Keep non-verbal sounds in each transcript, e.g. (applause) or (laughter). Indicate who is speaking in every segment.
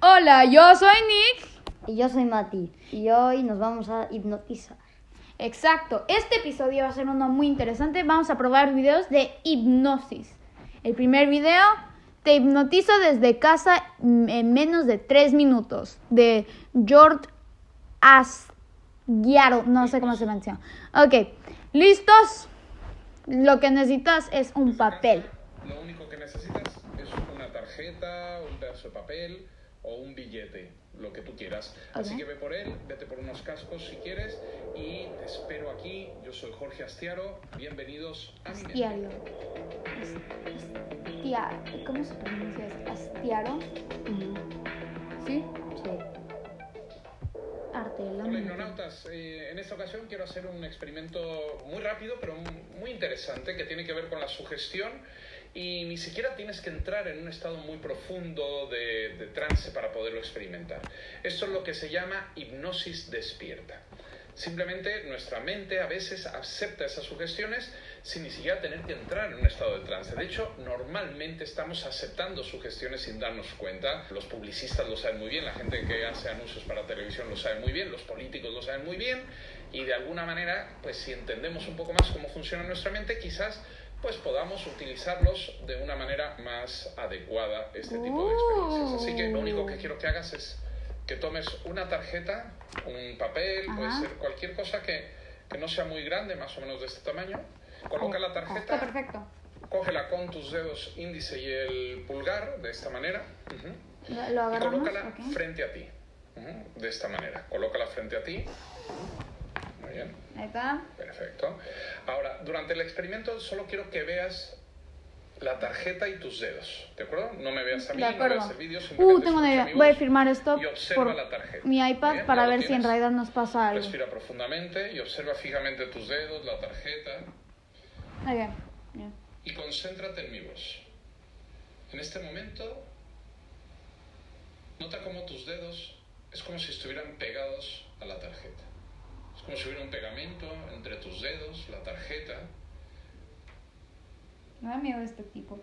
Speaker 1: Hola, yo soy Nick.
Speaker 2: Y yo soy Mati. Y hoy nos vamos a hipnotizar.
Speaker 1: Exacto, este episodio va a ser uno muy interesante. Vamos a probar videos de hipnosis. El primer video, te hipnotizo desde casa mm, en menos de tres minutos, de George Asgiaro. No sé cómo se menciona. Ok, listos. Lo que necesitas es un papel.
Speaker 3: Lo único que necesitas es una tarjeta, un pedazo de papel o un billete, lo que tú quieras. Así
Speaker 1: Ok.
Speaker 3: que ve por él, vete por unos cascos si quieres y te espero aquí. Yo soy Jorge Astiaro, bienvenidos a mi mente.
Speaker 1: Astiario. Astia- ¿Cómo se pronuncia? esto? ¿Astiaro? ¿Sí?
Speaker 3: Hola,
Speaker 1: Artelón.
Speaker 3: hipnonautas. Eh, en esta ocasión quiero hacer un experimento muy rápido, pero mu- muy interesante, que tiene que ver con la sugestión. Y ni siquiera tienes que entrar en un estado muy profundo de, de trance para poderlo experimentar. Esto es lo que se llama hipnosis despierta. Simplemente nuestra mente a veces acepta esas sugestiones sin ni siquiera tener que entrar en un estado de trance. De hecho, normalmente estamos aceptando sugestiones sin darnos cuenta. Los publicistas lo saben muy bien, la gente que hace anuncios para televisión lo sabe muy bien, los políticos lo saben muy bien y de alguna manera, pues si entendemos un poco más cómo funciona nuestra mente, quizás pues podamos utilizarlos de una manera más adecuada este tipo de experiencias. Así que lo único que quiero que hagas es que tomes una tarjeta, un papel,
Speaker 1: Ajá.
Speaker 3: puede ser cualquier cosa que, que no sea muy grande, más o menos de este tamaño. Coloca la
Speaker 1: Oh, Está
Speaker 3: tarjeta,
Speaker 1: perfecto.
Speaker 3: cógela con tus dedos índice y el pulgar, de esta manera.
Speaker 1: Lo
Speaker 3: ujú,
Speaker 1: lo
Speaker 3: y
Speaker 1: agarramos.
Speaker 3: colócala
Speaker 1: ok.
Speaker 3: frente a ti, ujú, de esta manera. Colócala frente a ti. Muy bien.
Speaker 1: Ahí está.
Speaker 3: Perfecto. Ahora, durante el experimento solo quiero que veas la tarjeta y tus dedos, ¿de acuerdo? No me veas a mí,
Speaker 1: De
Speaker 3: no
Speaker 1: acuerdo.
Speaker 3: veas el vídeo.
Speaker 1: Uh,
Speaker 3: simplemente
Speaker 1: tengo una
Speaker 3: escucha
Speaker 1: idea.
Speaker 3: mi
Speaker 1: Voy a
Speaker 3: voz.
Speaker 1: firmar esto
Speaker 3: y observa
Speaker 1: por
Speaker 3: la tarjeta.
Speaker 1: mi
Speaker 3: Muy
Speaker 1: iPad
Speaker 3: bien,
Speaker 1: para
Speaker 3: ya lo
Speaker 1: ver si en
Speaker 3: tienes.
Speaker 1: realidad nos pasa algo.
Speaker 3: Respira profundamente y observa fijamente tus dedos, la tarjeta
Speaker 1: Ok, bien.
Speaker 3: y concéntrate en mi voz. En este momento, nota cómo tus dedos es como si estuvieran pegados a la tarjeta. Es como si hubiera un pegamento entre tus dedos, la tarjeta,
Speaker 1: Me da miedo este tipo.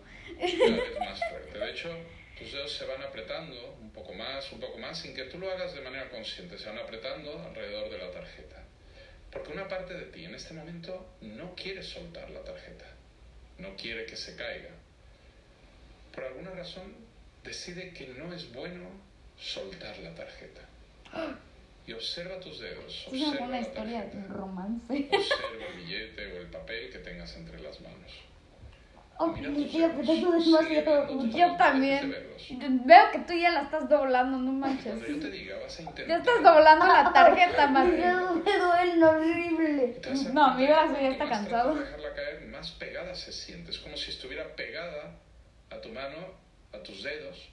Speaker 1: (laughs)
Speaker 3: cada vez más fuerte. De hecho, tus dedos se van apretando un poco más, un poco más, sin que tú lo hagas de manera consciente. Se van apretando alrededor de la tarjeta. Porque una parte de ti en este momento no quiere soltar la tarjeta. No quiere que se caiga. Por alguna razón decide que no es bueno soltar la tarjeta. Y observa tus dedos.
Speaker 1: Esto ¡Ah! es
Speaker 3: Observa
Speaker 1: una
Speaker 3: la
Speaker 1: historia de
Speaker 3: tarjeta.
Speaker 1: romance.
Speaker 3: Observa el billete o el papel que tengas entre las manos.
Speaker 2: Oh,
Speaker 3: Mira
Speaker 2: mi
Speaker 3: tus
Speaker 2: tío,
Speaker 3: dedos,
Speaker 2: pero eso es
Speaker 3: sigue
Speaker 2: demasiado
Speaker 3: viendo tus
Speaker 2: mucho.
Speaker 3: dedos,
Speaker 1: también.
Speaker 3: dejes de verlos.
Speaker 1: Veo que tú ya la estás doblando, no manches.
Speaker 3: Cuando yo te diga, vas a intentar.
Speaker 1: Ya estás doblando (laughs) la tarjeta,
Speaker 2: Mis
Speaker 1: Mati.
Speaker 2: dedos me duelen horrible.
Speaker 3: Te vas a dar
Speaker 1: No,
Speaker 3: cuenta
Speaker 1: mi brazo
Speaker 3: que
Speaker 1: ya está
Speaker 3: cuanto más
Speaker 1: cansado.
Speaker 3: tratas de dejarla caer, más pegada se siente. Es como si estuviera pegada a tu mano, a tus dedos.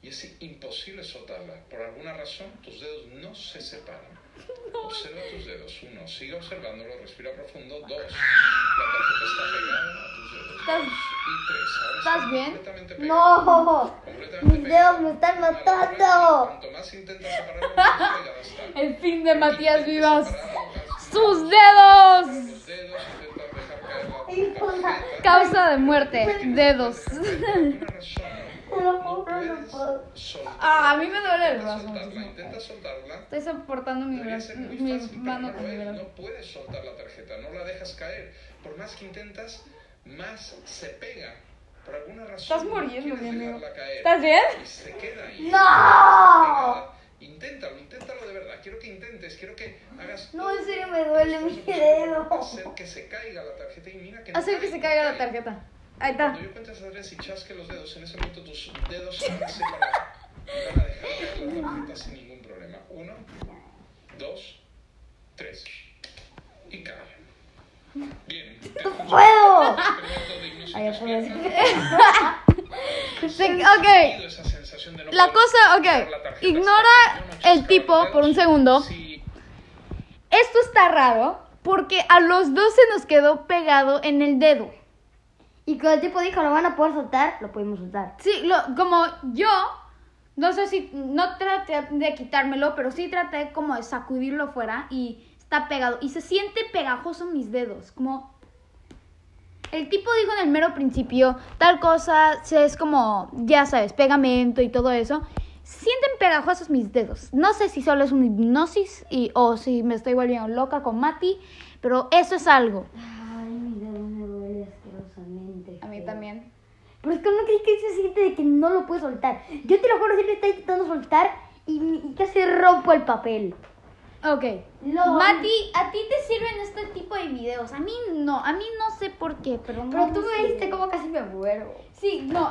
Speaker 3: Y es imposible soltarla. Por alguna razón, tus dedos no
Speaker 1: (laughs)
Speaker 3: se separan. Observa tus dedos. Uno, sigue observándolo, respira profundo. Dos, la tarjeta está pegada a tus dedos.
Speaker 1: Estás-
Speaker 3: y tres, ahora
Speaker 1: ¿estás
Speaker 3: está
Speaker 1: bien?
Speaker 3: completamente pegada.
Speaker 2: No,
Speaker 3: Completamente
Speaker 2: mis
Speaker 3: pegada.
Speaker 2: dedos me están
Speaker 3: Una barrera,
Speaker 2: matando.
Speaker 3: Cuanto más intentas separarlo, más pegada
Speaker 1: (laughs)
Speaker 3: está.
Speaker 1: El fin de Matías Vivas. ¡Sus
Speaker 3: Los
Speaker 1: dedos!
Speaker 3: dedos, intentar dejar caer la
Speaker 2: Hijo de-
Speaker 3: tarjeta.
Speaker 1: Causa de (laughs) muerte. Dedos.
Speaker 2: Te lo juro, no puedo.
Speaker 1: Ah, a mí me duele el brazo muchísimo.
Speaker 3: Intenta soltarla.
Speaker 1: Estoy soportando mi,
Speaker 3: Debería
Speaker 1: brazo,
Speaker 3: ser muy
Speaker 1: mi
Speaker 3: fácil, pero
Speaker 1: mano
Speaker 3: no
Speaker 1: con
Speaker 3: lo
Speaker 1: mi
Speaker 3: es.
Speaker 1: brazo.
Speaker 3: No puedes soltar la tarjeta, no la dejas caer. Por más que intentas, más se pega. Por alguna razón.
Speaker 1: Estás
Speaker 3: no
Speaker 1: muriendo,
Speaker 3: quieres
Speaker 1: mi amigo.
Speaker 3: dejarla caer.
Speaker 1: ¿Estás bien?
Speaker 3: Y se queda ahí.
Speaker 2: ¡No!
Speaker 3: Inténtalo, inténtalo de verdad. Quiero que intentes, quiero que hagas.
Speaker 2: No,
Speaker 3: todo
Speaker 2: en serio me duele
Speaker 3: el
Speaker 2: mi
Speaker 3: esfuerzo
Speaker 2: dedo.
Speaker 3: posible. Hacer que se caiga la tarjeta y mira que no
Speaker 1: Hacer que
Speaker 3: cae,
Speaker 1: se
Speaker 3: no
Speaker 1: caiga la
Speaker 3: cae.
Speaker 1: tarjeta. Ahí está.
Speaker 3: Cuando yo cuente hasta tres y chasque los dedos, en ese momento tus dedos se van a separar. Y Van a dejar caer la tarjeta sin ningún problema. Uno, dos, tres. Y cae. Bien.
Speaker 2: ¡No puedo!
Speaker 3: Experimento de hipnosis
Speaker 2: Ay, otra vez.
Speaker 3: despierta.
Speaker 1: (laughs) Se- Ok.
Speaker 3: Esa sensación de no
Speaker 1: La
Speaker 3: poder
Speaker 1: cosa,
Speaker 3: sacar la
Speaker 1: ok,
Speaker 3: tarjeta hasta que
Speaker 1: ignora
Speaker 3: yo no chasque
Speaker 1: el
Speaker 3: los
Speaker 1: tipo
Speaker 3: dedos.
Speaker 1: por un segundo.
Speaker 3: Si
Speaker 1: Esto está raro porque a los dos se nos quedó pegado en el dedo.
Speaker 2: Y cuando el tipo dijo, lo van a poder soltar, lo pudimos soltar.
Speaker 1: Sí, lo- como yo, no sé si, no traté de quitármelo, pero sí traté como de sacudirlo fuera y está pegado. Y se siente pegajoso en mis dedos, como... El tipo dijo en el mero principio, tal cosa, se- es como, ya sabes, pegamento y todo eso. Sienten pegajosos mis dedos. No sé si solo es una hipnosis y, o si me estoy volviendo loca con Mati, pero eso es algo.
Speaker 2: Ay, mi dedo me duele asquerosamente.
Speaker 1: A mí
Speaker 2: feo.
Speaker 1: también.
Speaker 2: Pero es que no crees que se siente de que no lo puedes soltar. Yo te lo juro, siempre está intentando soltar y, y casi rompo el papel.
Speaker 1: Ok.
Speaker 2: Lol.
Speaker 1: Mati, a ti te sirven este tipo de videos. A mí no, a mí no sé por qué, pero no.
Speaker 2: Pero tú
Speaker 1: me
Speaker 2: me
Speaker 1: sirve.
Speaker 2: viste cómo casi me muero.
Speaker 1: Sí, no,